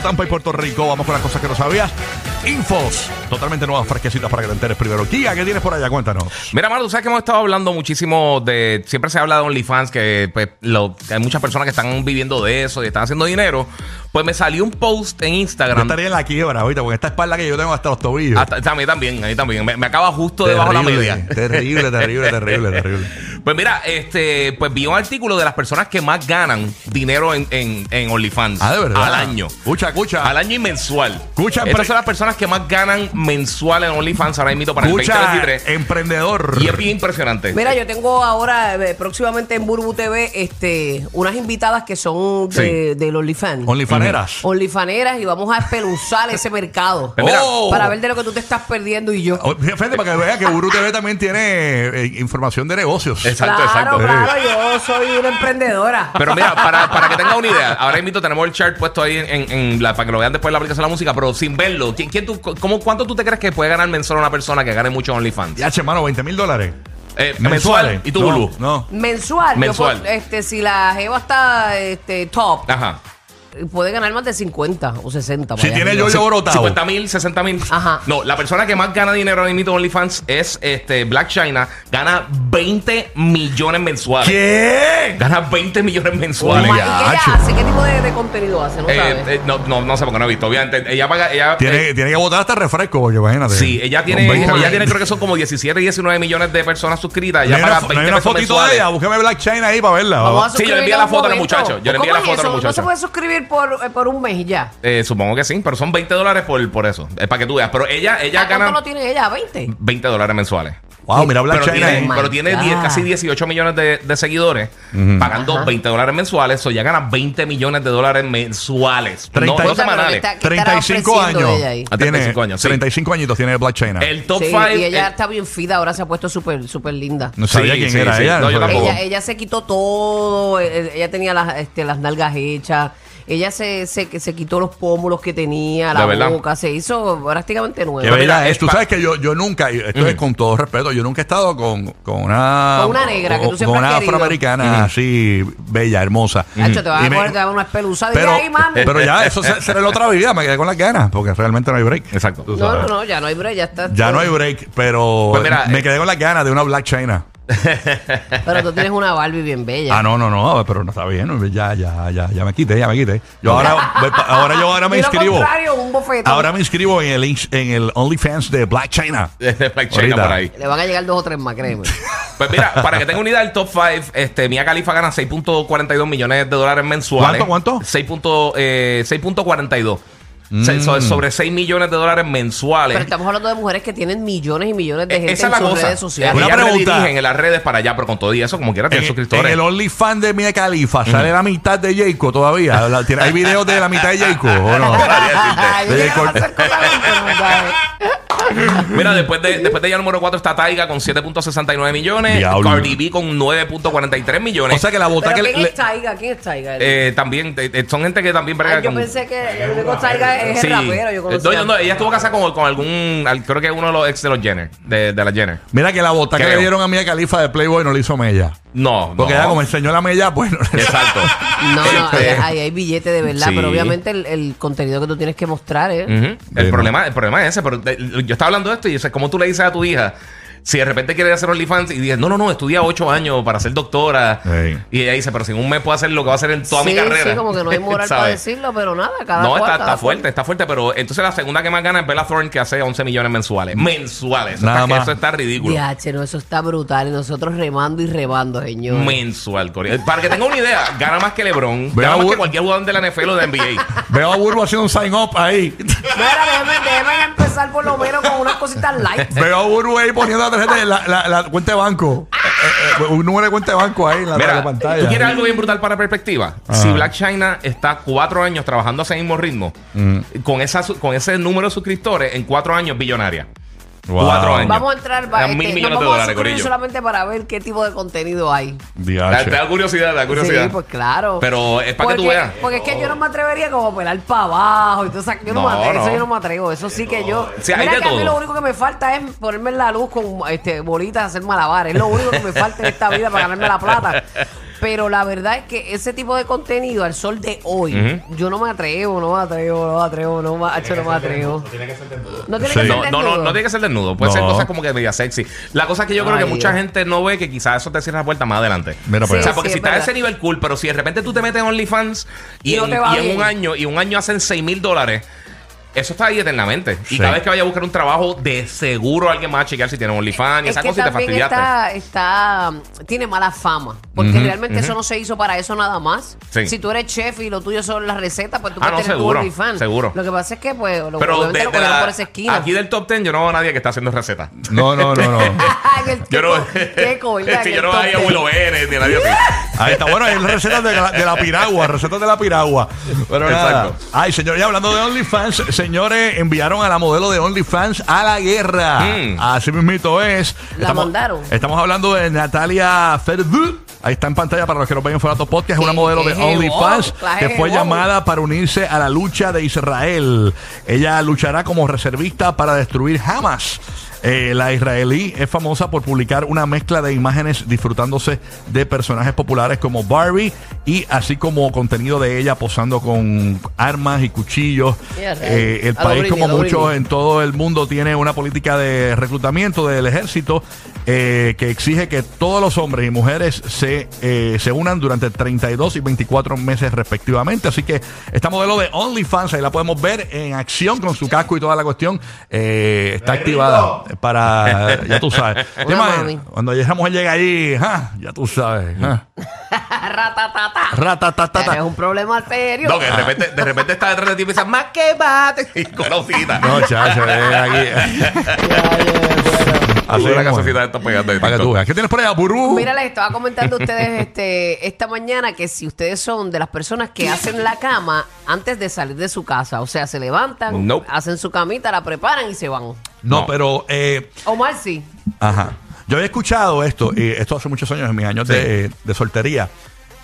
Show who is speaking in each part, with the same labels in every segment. Speaker 1: Tampa y Puerto Rico, vamos con las cosas que no sabías. Infos, totalmente nuevas, fresquecitas para que te enteres primero. Kia, ¿qué tienes por allá? Cuéntanos.
Speaker 2: Mira, Mar, tú sabes que hemos estado hablando muchísimo de. Siempre se habla de OnlyFans, que, pues, lo- que hay muchas personas que están viviendo de eso y están haciendo dinero. Pues me salió un post en
Speaker 1: Yo
Speaker 2: Instagram.
Speaker 1: estaría en la quiebra ahorita, porque esta espalda que yo tengo hasta los tobillos.
Speaker 2: Hasta- hasta a mí también, a mí también. Me, me acaba justo debajo de la
Speaker 1: Terrible,
Speaker 2: media.
Speaker 1: Terrible, terrible, terrible, terrible.
Speaker 2: Pues mira, este, pues vi un artículo de las personas que más ganan dinero en, en, en OnlyFans.
Speaker 1: Ah, de verdad.
Speaker 2: Al año.
Speaker 1: Cucha, cucha.
Speaker 2: Al año y mensual.
Speaker 1: Escucha,
Speaker 2: Estas
Speaker 1: pre-
Speaker 2: son las personas que más ganan mensual en OnlyFans ahora mismo para el
Speaker 1: Cucha,
Speaker 2: 2023.
Speaker 1: emprendedor.
Speaker 2: Y es bien impresionante.
Speaker 3: Mira, yo tengo ahora eh, próximamente en Burbu TV este, unas invitadas que son de, del OnlyFans.
Speaker 1: Onlyfaneras.
Speaker 3: Onlyfaneras y vamos a espeluzar ese mercado.
Speaker 2: Pues mira,
Speaker 1: Oh.
Speaker 3: Para ver de lo que tú te estás perdiendo y yo.
Speaker 1: Oh, Fíjate, para que veas que Buru TV también tiene eh, información de negocios.
Speaker 2: Exacto.
Speaker 3: claro,
Speaker 2: exacto.
Speaker 3: claro, yo soy una emprendedora.
Speaker 2: Pero mira, para, para que tenga una idea, ahora invito, tenemos el chart puesto ahí en, en- en la, para que lo vean después en la aplicación de la música, pero sin verlo, ¿quién, quién tú, cómo, ¿cuánto tú te crees que puede ganar mensual una persona que gane mucho en OnlyFans?
Speaker 1: Ya, che, mano, 20 mil dólares.
Speaker 2: Eh, mensual. ¿Y tú,
Speaker 1: no,
Speaker 2: Bulu?
Speaker 1: No.
Speaker 3: Mensual. yo
Speaker 2: Mensual. Ah.
Speaker 3: por- este, si la jeva está este, top,
Speaker 2: Ajá.
Speaker 3: puede ganar más de 50 o 60.
Speaker 1: Si
Speaker 3: vaya
Speaker 1: tiene
Speaker 3: arriba.
Speaker 1: yo, yo brotado.
Speaker 2: 50 mil, 60 mil.
Speaker 3: Ajá.
Speaker 2: No, la persona que más gana dinero ahora mismo en OnlyFans es este Black China. Gana 20 millones mensuales.
Speaker 1: ¿Qué?
Speaker 2: Gana 20 millones
Speaker 3: Oh,
Speaker 2: mensuales.
Speaker 3: my- ¿Y qué
Speaker 1: Gacho.
Speaker 3: ella hace? ¿Qué tipo de, de contenido hace? No
Speaker 2: Eh,
Speaker 3: sabes.
Speaker 2: eh, no, no, no sé porque no he visto. Obviamente, ella paga. Ella,
Speaker 1: Tiene, tiene que botar hasta refresco, porque imagínate.
Speaker 2: Eh. Sí, ella tiene,
Speaker 1: Pues, Con 20
Speaker 2: ella
Speaker 1: mil.
Speaker 2: tiene creo que son como 17, 19 millones de personas suscritas. Ella
Speaker 1: no hay
Speaker 2: paga
Speaker 1: una, fo- no hay
Speaker 2: 20
Speaker 1: una
Speaker 2: pesos
Speaker 1: fotito de
Speaker 2: mensuales.
Speaker 1: ella, búscame Black China ahí para verla.
Speaker 3: Vamos a
Speaker 2: Sí, yo le envié
Speaker 3: suscribirnos
Speaker 2: la
Speaker 3: un
Speaker 2: foto a la
Speaker 3: momento.
Speaker 2: muchacha. Yo le envié
Speaker 3: ¿Cómo
Speaker 2: la
Speaker 3: es
Speaker 2: foto a la
Speaker 3: eso? No
Speaker 2: muchacha.
Speaker 3: se puede suscribir por, eh, por un mes y ya.
Speaker 2: Eh, supongo que sí, pero son 20 dólares por, por eso. Es para que tú veas. Pero ella, ella
Speaker 3: ¿A Ah, ¿Cuánto
Speaker 2: gana
Speaker 3: lo tiene ella? ¿20?
Speaker 2: 20 dólares mensuales.
Speaker 1: Wow, mira Black
Speaker 2: Pero
Speaker 1: China eh. ahí.
Speaker 2: tiene,
Speaker 3: Oh my
Speaker 2: pero tiene
Speaker 3: God.
Speaker 2: 10 casi 18 millones de, de seguidores pagando 20 dólares mensuales. O ya gana 20 millones de dólares mensuales. No-
Speaker 1: Treinta y-
Speaker 2: no
Speaker 1: O sea,
Speaker 3: pero le
Speaker 2: semanales.
Speaker 3: está- ¿Qué estará
Speaker 1: 35
Speaker 3: ofreciendo
Speaker 1: años.
Speaker 3: ella ahí?
Speaker 2: Ah, 35 años, sí.
Speaker 1: 35 añitos tiene Black China.
Speaker 2: El top
Speaker 3: Sí,
Speaker 2: 5.
Speaker 3: y ella está bien fida, ahora se ha puesto súper súper linda.
Speaker 1: no sabía
Speaker 2: sí,
Speaker 1: quién
Speaker 2: sí,
Speaker 1: era
Speaker 2: sí.
Speaker 1: ella.
Speaker 2: No, yo tampoco.
Speaker 3: Ella, ella se quitó todo, eh, ella tenía las, este, las nalgas hechas, ella se, se, se quitó los pómulos que tenía,
Speaker 2: De
Speaker 3: la
Speaker 2: verdad.
Speaker 3: boca, se hizo prácticamente
Speaker 1: Qué
Speaker 3: nueva.
Speaker 2: Pero
Speaker 1: bella
Speaker 2: mira,
Speaker 1: es. Tú
Speaker 2: es pa-
Speaker 1: sabes que yo, yo nunca, y esto es con todo respeto, yo nunca he estado con, con una.
Speaker 3: Con una negra que tú siempre
Speaker 1: Con
Speaker 3: has
Speaker 1: una
Speaker 3: querido.
Speaker 1: afroamericana así, bella, hermosa.
Speaker 3: Nacho, te vas
Speaker 1: Y
Speaker 3: a
Speaker 1: me-
Speaker 3: coger, te vas a dar una espeluzada
Speaker 1: pero,
Speaker 3: y ahí, mami.
Speaker 1: pero ya, eso se- será la otra vida. Me quedé con las ganas, porque realmente no hay break.
Speaker 2: Exacto.
Speaker 1: Tú
Speaker 3: no,
Speaker 1: sabes.
Speaker 3: no, no, ya no hay break, ya está.
Speaker 1: Ya no hay break, pero
Speaker 2: Pues mira,
Speaker 1: me
Speaker 2: eh,
Speaker 1: quedé con las ganas de una Black China.
Speaker 3: Pero tú tienes una Barbie bien bella.
Speaker 1: Ah, no, no, no, pero no está bien. Ya, ya, ya, ya me quité, ya me quité. Yo ahora, ahora yo ahora me
Speaker 3: Di lo
Speaker 1: inscribo.
Speaker 3: contrario, un bofetón.
Speaker 1: Ahora me inscribo en el, ins- en el OnlyFans de Black China.
Speaker 2: Black China
Speaker 1: Ahorita.
Speaker 2: por ahí.
Speaker 3: Le van a llegar dos o tres más, créeme.
Speaker 2: Pues mira, para que tenga una idea del top 5, este, Mia Khalifa gana 6.42 millones de dólares mensuales.
Speaker 1: ¿Cuánto, cuánto?
Speaker 2: 6.42. Eh, 6.42. Se-
Speaker 1: Mm.
Speaker 2: so- sobre 6 millones de dólares mensuales.
Speaker 3: Pero estamos hablando de mujeres que tienen millones y millones de
Speaker 2: E-
Speaker 3: gente
Speaker 2: Esa es
Speaker 3: en
Speaker 2: la
Speaker 3: sus
Speaker 2: cosa.
Speaker 3: redes sociales.
Speaker 1: Una
Speaker 2: Una
Speaker 1: pregunta.
Speaker 2: pregunta. en las redes para allá, pero con todo y eso, como quiera,
Speaker 1: En,
Speaker 2: tiene
Speaker 1: en
Speaker 2: suscriptores.
Speaker 1: el OnlyFans de Mia Khalifa sale la mitad de Jacob todavía. La- tiene- ¿Hay videos de la mitad de Jacob o no?
Speaker 3: Ay, yo
Speaker 1: Sí,
Speaker 3: llego a
Speaker 1: cor-
Speaker 3: hacer cosas bien,
Speaker 2: Mira, después de, después de ella número 4 está Taiga con 7.69 millones.
Speaker 1: Diablo.
Speaker 2: Cardi B con 9.43 millones.
Speaker 1: O sea que la
Speaker 3: Pero
Speaker 1: bota que
Speaker 3: ¿quién
Speaker 1: le-
Speaker 3: es Taiga? ¿Quién es Taiga?
Speaker 2: Eh, también eh, eh, son gente que también brega
Speaker 3: Ay, yo
Speaker 2: con-
Speaker 3: pensé que el único Taiga es
Speaker 2: Sí.
Speaker 3: el rapero. Yo
Speaker 2: Eh,
Speaker 3: conocía.
Speaker 2: no, no, no, ella estuvo casada con, con algún, al- creo que uno de los ex de los Jenner, de, de la Jenner.
Speaker 1: Mira que la bota que
Speaker 2: Creo.
Speaker 1: le dieron a Mia Khalifa de Playboy no le hizo Mella.
Speaker 2: No,
Speaker 1: Porque
Speaker 2: no.
Speaker 1: ella como enseñó la Mella, pues no le-
Speaker 2: Exacto.
Speaker 3: No, Ah, eh, no,
Speaker 2: Este,
Speaker 3: ahí- ahí hay billete de verdad,
Speaker 2: Sí. Mm.
Speaker 3: pero obviamente el, el contenido que tú tienes que mostrar ¿eh? es.
Speaker 2: ujú. El,
Speaker 1: Bueno.
Speaker 2: problema, el problema es ese, pero eh, yo estaba hablando de esto y es como tú le dices a tu hija, si de repente quiere hacer OnlyFans y dices, no, no, no, estudia ocho años para ser doctora.
Speaker 1: Ey.
Speaker 2: Y ella dice, pero si en un mes puedo hacer lo que va a hacer en toda mi
Speaker 3: Sí,
Speaker 2: carrera.
Speaker 3: Sí, como que no hay moral para
Speaker 2: ¿Sabes?
Speaker 3: decirlo, pero nada, cada
Speaker 2: No,
Speaker 3: cual,
Speaker 2: está,
Speaker 3: cada
Speaker 2: está
Speaker 3: cual.
Speaker 2: fuerte, está fuerte, pero entonces la segunda que más gana es Bella Thorne, que hace 11 millones mensuales. Mensuales. Eso,
Speaker 1: Nada
Speaker 2: está,
Speaker 1: más.
Speaker 2: eso está ridículo.
Speaker 3: Diache, no, eso está brutal. Y nosotros remando y remando, señor.
Speaker 2: Mensual, Corea. Para que tenga una idea, gana más que LeBron,
Speaker 1: Vea,
Speaker 2: gana más
Speaker 1: bu-
Speaker 2: que cualquier jugador de la NFL o de NBA.
Speaker 1: Veo a Burbu haciendo un sign up ahí.
Speaker 3: Mira, déjame, déjame Eh, empezar por lo menos con unas cositas light.
Speaker 1: Veo a Burbu ahí poniendo la tarjeta de la, la- la cuenta de banco. Eh, eh, un número de cuenta de banco ahí en la, en
Speaker 2: Mira,
Speaker 1: la pantalla.
Speaker 2: ¿tú quieres algo bien brutal para perspectiva?
Speaker 1: Ah.
Speaker 2: Si Black China está cuatro años trabajando a ese mismo ritmo,
Speaker 1: Mm.
Speaker 2: con, esa, su- con ese número de suscriptores, en cuatro años billonaria.
Speaker 1: Wow.
Speaker 2: Cuatro años.
Speaker 3: Vamos a entrar para
Speaker 2: A mil millones de
Speaker 3: vamos
Speaker 2: dólares,
Speaker 3: a suscribir
Speaker 2: Corillo.
Speaker 3: solamente para ver qué tipo de contenido hay.
Speaker 2: Te,
Speaker 1: Diache.
Speaker 2: te da curiosidad, te da curiosidad.
Speaker 3: Sí, pues claro.
Speaker 2: Pero es para que
Speaker 3: porque,
Speaker 2: tú veas.
Speaker 3: Porque es que yo no me atrevería como a pelar para abajo. y todo eso. yo no,
Speaker 2: No,
Speaker 3: me atrevo,
Speaker 2: no.
Speaker 3: Eso yo no me atrevo. Eso sí que yo.
Speaker 2: O sea, hay
Speaker 3: mira
Speaker 2: de
Speaker 3: que a mí
Speaker 2: todo.
Speaker 3: lo único que me falta es ponerme en la luz con este, bolitas, hacer malabares. Es lo único que me falta en esta vida para ganarme la plata. Pero la verdad es que ese tipo de contenido al sol de hoy, yo no me atrevo, no me atrevo, no me atrevo, no me, acho, no me atrevo.
Speaker 4: Tiene que ser desnudo.
Speaker 3: No tiene
Speaker 1: Sí.
Speaker 3: que ser
Speaker 2: No, no, no,
Speaker 3: desnudo.
Speaker 2: no tiene que ser desnudo. Puede ser
Speaker 1: No.
Speaker 2: cosas como que media sexy. La cosa es que yo creo
Speaker 3: Ay,
Speaker 2: que mucha
Speaker 3: Dios.
Speaker 2: gente no ve que quizás eso te cierra la puerta más adelante.
Speaker 1: Mira,
Speaker 3: Sí,
Speaker 1: pues.
Speaker 2: o sea, porque
Speaker 3: es
Speaker 2: si estás a
Speaker 3: verdad.
Speaker 2: ese nivel cool, pero si de repente tú te metes en OnlyFans y,
Speaker 3: Y no
Speaker 2: en,
Speaker 3: te va
Speaker 2: y en
Speaker 3: bien.
Speaker 2: un año y un año hacen 6 mil dólares, eso está ahí eternamente. Y
Speaker 1: Sí.
Speaker 2: cada vez que vaya a buscar un trabajo, de seguro alguien más va a chequear si tiene OnlyFans y
Speaker 3: Es
Speaker 2: esa
Speaker 3: que
Speaker 2: cosa y te
Speaker 3: también
Speaker 2: fastidiaste.
Speaker 3: está, está, tiene mala fama, porque
Speaker 2: Ujú,
Speaker 3: realmente
Speaker 2: ujú.
Speaker 3: eso no se hizo para eso nada más.
Speaker 2: Sí.
Speaker 3: Si tú eres chef y lo tuyo son las recetas, pues tú
Speaker 2: Ah,
Speaker 3: puedes
Speaker 2: no,
Speaker 3: tener
Speaker 2: seguro,
Speaker 3: tu OnlyFans.
Speaker 2: seguro.
Speaker 3: Lo que pasa es que, pues, lo,
Speaker 2: Pero
Speaker 3: obviamente
Speaker 2: de-
Speaker 3: lo
Speaker 2: de
Speaker 3: cogieron
Speaker 2: la-
Speaker 3: por esa esquina.
Speaker 2: aquí del top 10 yo no veo a nadie que está haciendo recetas.
Speaker 1: No, no, no, no.
Speaker 3: Qué-
Speaker 2: Yo no,
Speaker 3: qué coña,
Speaker 2: Sí,
Speaker 3: que
Speaker 2: yo no
Speaker 3: el
Speaker 2: veo
Speaker 3: top
Speaker 2: a
Speaker 3: ten.
Speaker 2: Abuelo Vélez ni a nadie así.
Speaker 1: Ahí está, bueno, hay recetas de la, de la piragua, recetas de la piragua. Pero nada.
Speaker 2: Exacto.
Speaker 1: Ay, señores, y hablando de OnlyFans, señores, enviaron a la modelo de OnlyFans a la guerra.
Speaker 2: Mm.
Speaker 1: Así mismito es.
Speaker 3: La mandaron.
Speaker 1: Estamos hablando de Natalia Ferdu. Ahí está en pantalla para los que nos ven en Forato Podcast,
Speaker 3: Qué-
Speaker 1: una modelo
Speaker 3: qué
Speaker 1: de
Speaker 3: jebón,
Speaker 1: OnlyFans
Speaker 3: la
Speaker 1: que fue
Speaker 3: jebón.
Speaker 1: llamada para unirse a la lucha de Israel. Ella luchará como reservista para destruir Hamas. Eh, la israelí es famosa por publicar una mezcla de imágenes disfrutándose de personajes populares como Barbie y así como contenido de ella posando con armas y cuchillos.
Speaker 3: Yeah, right.
Speaker 1: Eh, el
Speaker 3: A lo
Speaker 1: país,
Speaker 3: Britney,
Speaker 1: como
Speaker 3: a lo
Speaker 1: muchos
Speaker 3: Britney.
Speaker 1: en todo el mundo, tiene una política de reclutamiento del ejército eh, que exige que todos los hombres y mujeres se, eh, se unan durante 32 y 24 meses respectivamente. Así que esta modelo de OnlyFans, ahí la podemos ver en acción con su casco y toda la cuestión, eh, está
Speaker 4: ¡Qué
Speaker 1: activada
Speaker 4: rico!
Speaker 1: para, ya tú sabes.
Speaker 3: Una
Speaker 1: Te imaginas,
Speaker 3: mami.
Speaker 1: Cuando esa mujer llega ahí, ja, ya tú sabes. ja.
Speaker 3: Ratatatá.
Speaker 1: Ratatatatá.
Speaker 3: Es un problema serio.
Speaker 2: No, que de repente, de repente está detrás de ti y piensas, más que bate. Y con la hocita.
Speaker 1: No, chacho, eh, aquí. Así
Speaker 2: Una
Speaker 1: mismo es.
Speaker 2: casacita de estas pegando de
Speaker 1: Para que tú
Speaker 2: TikTok.
Speaker 1: veas. ¿Qué tienes por allá, burú?
Speaker 3: Mira, les estaba comentando a ustedes este, esta mañana que si ustedes son de las personas que hacen la cama antes de salir de su casa, o sea, se levantan,
Speaker 2: Nope.
Speaker 3: hacen su camita, la preparan y se van.
Speaker 1: No,
Speaker 2: No.
Speaker 1: pero. eh,
Speaker 3: Omar sí.
Speaker 1: ajá. Yo había escuchado esto, y esto hace muchos años, en mis años
Speaker 2: Sí.
Speaker 1: de, de soltería.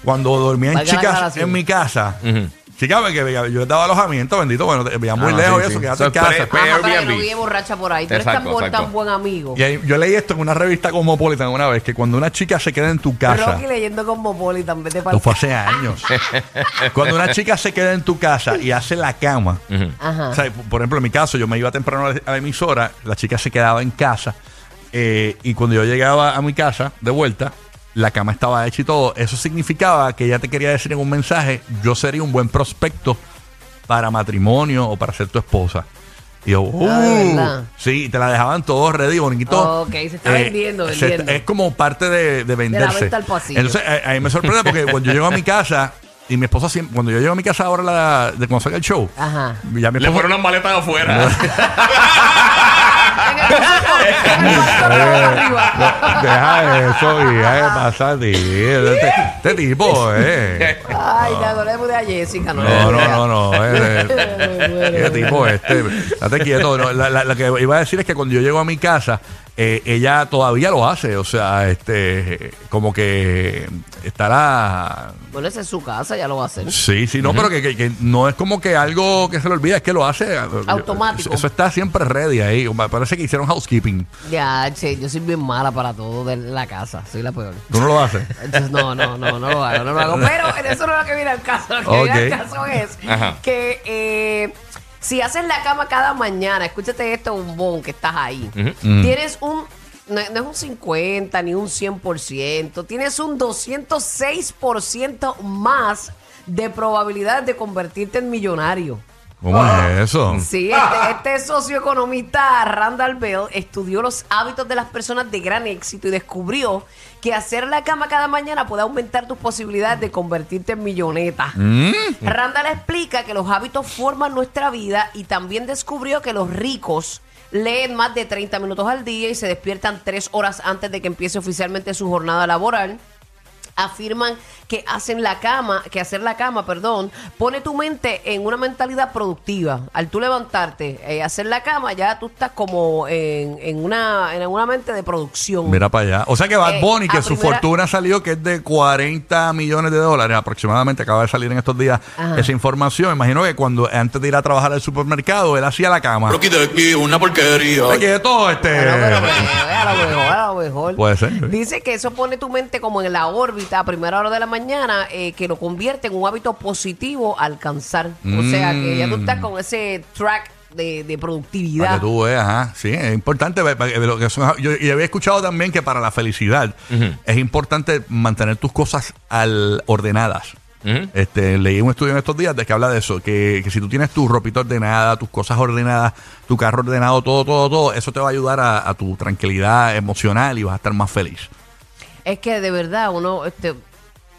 Speaker 1: Cuando dormía en
Speaker 3: Valga la
Speaker 1: chicas
Speaker 3: aclaración.
Speaker 1: en mi casa.
Speaker 2: Ujú.
Speaker 1: Chicas, porque veía- yo daba alojamiento, bendito, bueno, te- veía muy
Speaker 2: Ah,
Speaker 1: lejos
Speaker 2: sí,
Speaker 1: y eso,
Speaker 2: sí.
Speaker 1: quedate en
Speaker 2: Eso es
Speaker 1: casa.
Speaker 2: pre-
Speaker 3: Ajá, para que no
Speaker 2: Airbnb.
Speaker 3: guíe borracha por ahí. Tú eres tan,
Speaker 2: Exacto,
Speaker 3: buen, tan
Speaker 2: exacto.
Speaker 3: buen amigo.
Speaker 1: Y ahí- yo leí esto en una revista cosmopolitan una vez, que cuando una chica se queda en tu casa.
Speaker 3: Rocky leyendo Cosmopolitan, vete para
Speaker 1: Esto fue hace años. cuando una chica se queda en tu casa y hace la cama.
Speaker 3: Ajá.
Speaker 1: O sea, por ejemplo, en mi caso, yo me iba temprano a la- a la emisora, la chica se quedaba en casa eh, y cuando yo llegaba a mi casa de vuelta, la cama estaba hecha y todo. Eso significaba que ella te quería decir en un mensaje, yo sería un buen prospecto para matrimonio o para ser tu esposa. Y yo, "Uh".
Speaker 3: Ah, ¿verdad?
Speaker 1: sí, te la dejaban todo ready, bonito. Eh,
Speaker 3: Ok, se está vendiendo,
Speaker 1: se
Speaker 3: vendiendo.
Speaker 1: está- es como parte de, de venderse.
Speaker 3: venta al pasillo.
Speaker 1: Entonces, a, a mí me sorprende porque cuando yo llego a mi casa y mi esposa siempre, cuando yo llego a mi casa ahora la, de cuando salga el show,
Speaker 3: Ajá.
Speaker 1: ya mi
Speaker 2: Le
Speaker 1: esposa-
Speaker 2: fueron unas maletas afuera.
Speaker 3: En el bolsillo, en el bolsillo, arriba.
Speaker 1: Eh, Deja eso y deja de pasar, tío. Este, este tipo, eh.
Speaker 3: Ay, ya, no le pude a Jessica, no,
Speaker 1: No,
Speaker 3: le
Speaker 1: no,
Speaker 3: pude a-
Speaker 1: no, no. eh, eh, ¿Qué tipo este? Date quieto. no, la, la- la que iba a decir es que cuando yo llego a mi casa, eh, ella todavía lo hace. O sea, este, como que estará.
Speaker 3: Bueno, esa es su casa, ya lo va a hacer.
Speaker 1: Sí, sí, no, pero que, que- que no es como que algo que se le olvida, es que lo hace. eh,
Speaker 3: Automático.
Speaker 1: Eso está siempre ready ahí. Me parece que hicieron housekeeping.
Speaker 3: Ya, che, yo soy bien mala para todo de la casa, soy la peor.
Speaker 1: Tú no lo haces.
Speaker 3: Entonces, no, no, no, no lo hago, no lo hago. Pero en eso no es lo que viene al caso. Lo que viene
Speaker 1: Ok.
Speaker 3: al caso es
Speaker 2: Ajá.
Speaker 3: que eh, si haces la cama cada mañana, escúchate esto, bombón, que estás ahí. Tienes un, no, no es un 50 ni un 100%, tienes un 206% más de probabilidad de convertirte en millonario.
Speaker 1: ¿Cómo
Speaker 2: Ah.
Speaker 1: es eso?
Speaker 3: Sí, este, este socioeconomista Randall Bell estudió los hábitos de las personas de gran éxito y descubrió que hacer la cama cada mañana puede aumentar tus posibilidades de convertirte en milloneta. Randall explica que los hábitos forman nuestra vida y también descubrió que los ricos leen más de 30 minutos al día y se despiertan tres horas antes de que empiece oficialmente su jornada laboral afirman que hacen la cama, que hacer la cama, perdón, pone tu mente en una mentalidad productiva. Al tú levantarte, eh, hacer la cama, ya tú estás como en, en una en una mente de producción.
Speaker 1: Mira para allá. O sea que Bad
Speaker 3: Eh,
Speaker 1: Bunny, que
Speaker 3: a
Speaker 1: su
Speaker 3: primera-
Speaker 1: fortuna salió, que es de 40 millones de dólares aproximadamente, acaba de salir en estos días
Speaker 3: Ajá.
Speaker 1: esa información. Imagino que cuando antes de ir a trabajar al supermercado, él hacía la cama.
Speaker 5: Rocky de aquí, una porquería.
Speaker 1: Está quieto, este.
Speaker 3: Bueno, pero, eh, a lo mejor, a lo mejor.
Speaker 1: Puede ser.
Speaker 3: Dice que eso pone tu mente como en la órbita hábito a primera hora de la mañana eh, que lo convierte en un hábito positivo a alcanzar. O sea, que ya tú estás con ese track de, de
Speaker 1: Mm. Para
Speaker 3: productividad.
Speaker 1: que tú veas, ajá. sí, es importante. ver- para que- lo que son- yo, y había escuchado también que para la felicidad es importante mantener tus cosas al, ordenadas.
Speaker 2: Ujú.
Speaker 1: Este, leí un estudio en estos días de que habla de eso, que, que si tú tienes tu ropita ordenada, tus cosas ordenadas, tu carro ordenado, todo, todo, todo, eso te va a ayudar a, a tu tranquilidad emocional y vas a estar más feliz.
Speaker 3: Es que de verdad uno, este,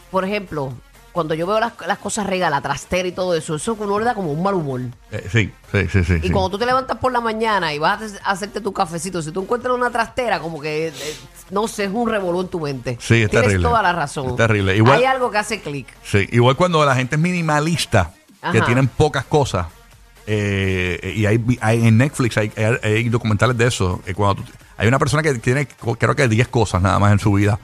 Speaker 3: por ejemplo, cuando yo veo las, las cosas regaladas, trastera y todo eso, eso uno le da como un mal humor.
Speaker 1: Eh, sí, sí, sí, sí.
Speaker 3: Y
Speaker 1: sí.
Speaker 3: cuando tú te levantas por la mañana y vas a hacer- a hacerte tu cafecito, si tú encuentras una trastera, como que, eh, no sé, es un revolú en tu mente.
Speaker 1: Sí, es
Speaker 3: Tienes
Speaker 1: terrible.
Speaker 3: toda la razón.
Speaker 1: Es terrible. Igual-
Speaker 3: Hay algo que hace clic.
Speaker 1: Sí, igual cuando la gente es minimalista, que
Speaker 3: Ajá.
Speaker 1: tienen pocas cosas, eh, y hay, vi- hay- en Netflix hay, hay- hay documentales de eso. eh, cuando tú- hay una persona que tiene, co- creo que 10 cosas nada más en su vida.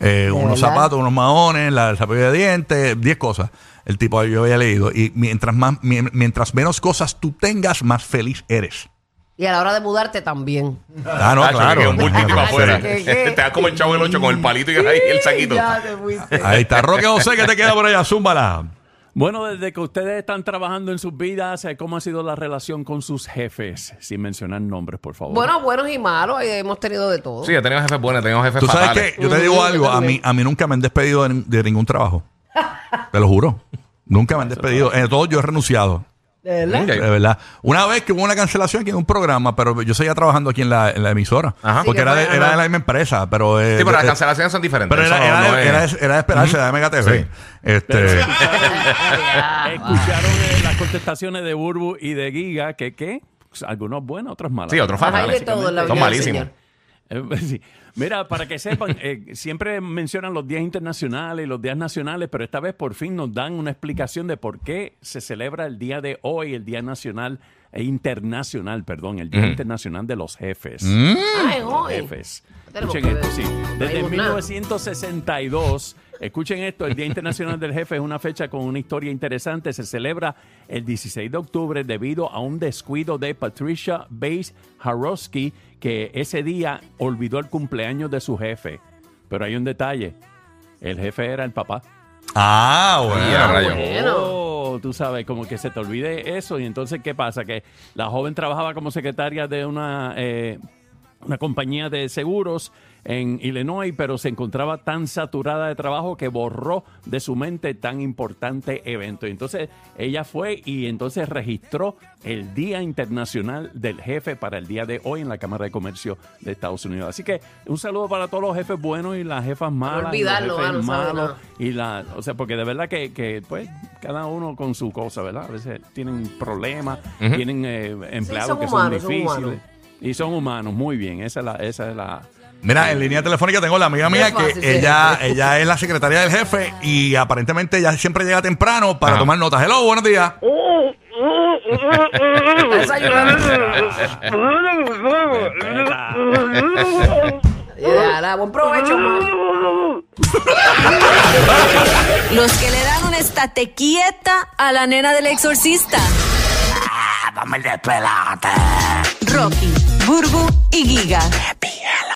Speaker 1: Eh, unos
Speaker 3: verdad?
Speaker 1: zapatos, unos maones, la zapilla de dientes, 10 cosas. El tipo yo había leído. Y mientras, más, mi- mientras menos cosas tú tengas, más feliz eres.
Speaker 3: Y a la hora de mudarte también.
Speaker 1: Ah, no,
Speaker 2: Tacho, que
Speaker 1: claro.
Speaker 2: un bultito
Speaker 1: imagínate,
Speaker 2: para afuera.
Speaker 1: sí.
Speaker 3: ¿Qué, qué?
Speaker 2: Te da como el chavo el ocho con el palito y ahí el saquito.
Speaker 3: Ya te fuiste.
Speaker 1: Ahí está, Roque José, que te queda por allá, zúmbala.
Speaker 4: Bueno, desde que ustedes están trabajando en sus vidas, eh, ¿cómo ha sido la relación con sus jefes? Sin mencionar nombres, por favor.
Speaker 3: Bueno, buenos y malos, ahí hemos tenido de todo.
Speaker 2: Sí, he tenido jefes buenos, he tenido jefes
Speaker 1: Tú sabes
Speaker 2: fatales.
Speaker 1: que yo te digo
Speaker 3: Ujú,
Speaker 1: algo, a mí,
Speaker 3: también.
Speaker 1: a mí nunca me han despedido de, de ningún trabajo. Te lo juro. Nunca me han despedido. En todo yo he renunciado.
Speaker 3: ¿De verdad?
Speaker 1: De
Speaker 2: Mira,
Speaker 1: verdad. Una vez que hubo una cancelación aquí en un programa, pero yo seguía trabajando aquí en la, en la emisora.
Speaker 2: Ajá.
Speaker 1: Porque
Speaker 3: Sí,
Speaker 1: era,
Speaker 3: que
Speaker 1: de,
Speaker 3: fue-
Speaker 1: era
Speaker 3: ajá.
Speaker 1: de la misma empresa, pero... eh,
Speaker 2: Sí, pero las
Speaker 1: eh,
Speaker 2: cancelaciones son diferentes.
Speaker 1: pero era,
Speaker 2: Eso
Speaker 1: era de,
Speaker 2: no- no es-
Speaker 1: era de- era de esperarse, era de Mega TV.
Speaker 2: Sí.
Speaker 1: Este,
Speaker 3: Ya, va.
Speaker 4: Escucharon eh, las contestaciones de Burbu y de Giga, que qué, algunos buenos, otros malos.
Speaker 2: Sí, otros
Speaker 3: Ajá, hay de
Speaker 2: fatales.
Speaker 3: todo en la
Speaker 2: Son
Speaker 3: vida del
Speaker 2: malísimos.
Speaker 3: señor.
Speaker 4: Eh, sí. Mira, para que sepan, eh, siempre mencionan los días internacionales y los días nacionales, pero esta vez por fin nos dan una explicación de por qué se celebra el día de hoy, el Día Nacional e Internacional, perdón, el Día Internacional de los Jefes.
Speaker 3: Ay, hoy.
Speaker 4: jefes.
Speaker 3: Tenemos
Speaker 4: Escuchen
Speaker 3: que
Speaker 4: esto, sí.
Speaker 3: ver. No
Speaker 4: Desde
Speaker 3: hay nada.
Speaker 4: 1962, escuchen esto, el Día Internacional del Jefe es una fecha con una historia interesante. Se celebra el 16 de octubre debido a un descuido de Patricia Bates Harosky, que ese día olvidó el cumpleaños de su jefe. Pero hay un detalle, el jefe era el papá.
Speaker 1: ah, bueno.
Speaker 2: Ya, rayo.
Speaker 3: Bueno.
Speaker 4: Oh, tú sabes, como que se te olvide eso. Y entonces, ¿qué pasa? Que la joven trabajaba como secretaria de una, eh, una compañía de seguros en Illinois, pero se encontraba tan saturada de trabajo que borró de su mente tan importante evento. Y entonces, ella fue y entonces registró el Día Internacional del Jefe para el día de hoy en la Cámara de Comercio de Estados Unidos. Así que un saludo para todos los jefes buenos y las jefas malas. y los
Speaker 3: olvidarlo,
Speaker 4: jefes
Speaker 3: ah, no sabe
Speaker 4: malos
Speaker 3: nada.
Speaker 4: y la, o sea, porque de verdad que, que, pues cada uno con su cosa, ¿verdad? A veces tienen problemas, tienen eh, empleados
Speaker 3: son
Speaker 4: que
Speaker 3: humanos,
Speaker 4: son
Speaker 3: son
Speaker 4: difíciles.
Speaker 3: humanos.
Speaker 4: y son humanos, muy bien, esa es la, esa es la
Speaker 1: Mira, en línea telefónica tengo la amiga
Speaker 3: Qué
Speaker 1: mía que
Speaker 3: fácil, sí.
Speaker 1: ella, ella es la secretaria del jefe y aparentemente ella siempre llega temprano para
Speaker 2: Ajá.
Speaker 1: tomar notas. Hello, buenos días.
Speaker 3: Ya, nada, buen provecho, ma.
Speaker 6: Los que le dan una estate quieta a la nena del exorcista. Rocky, Burbu y Giga.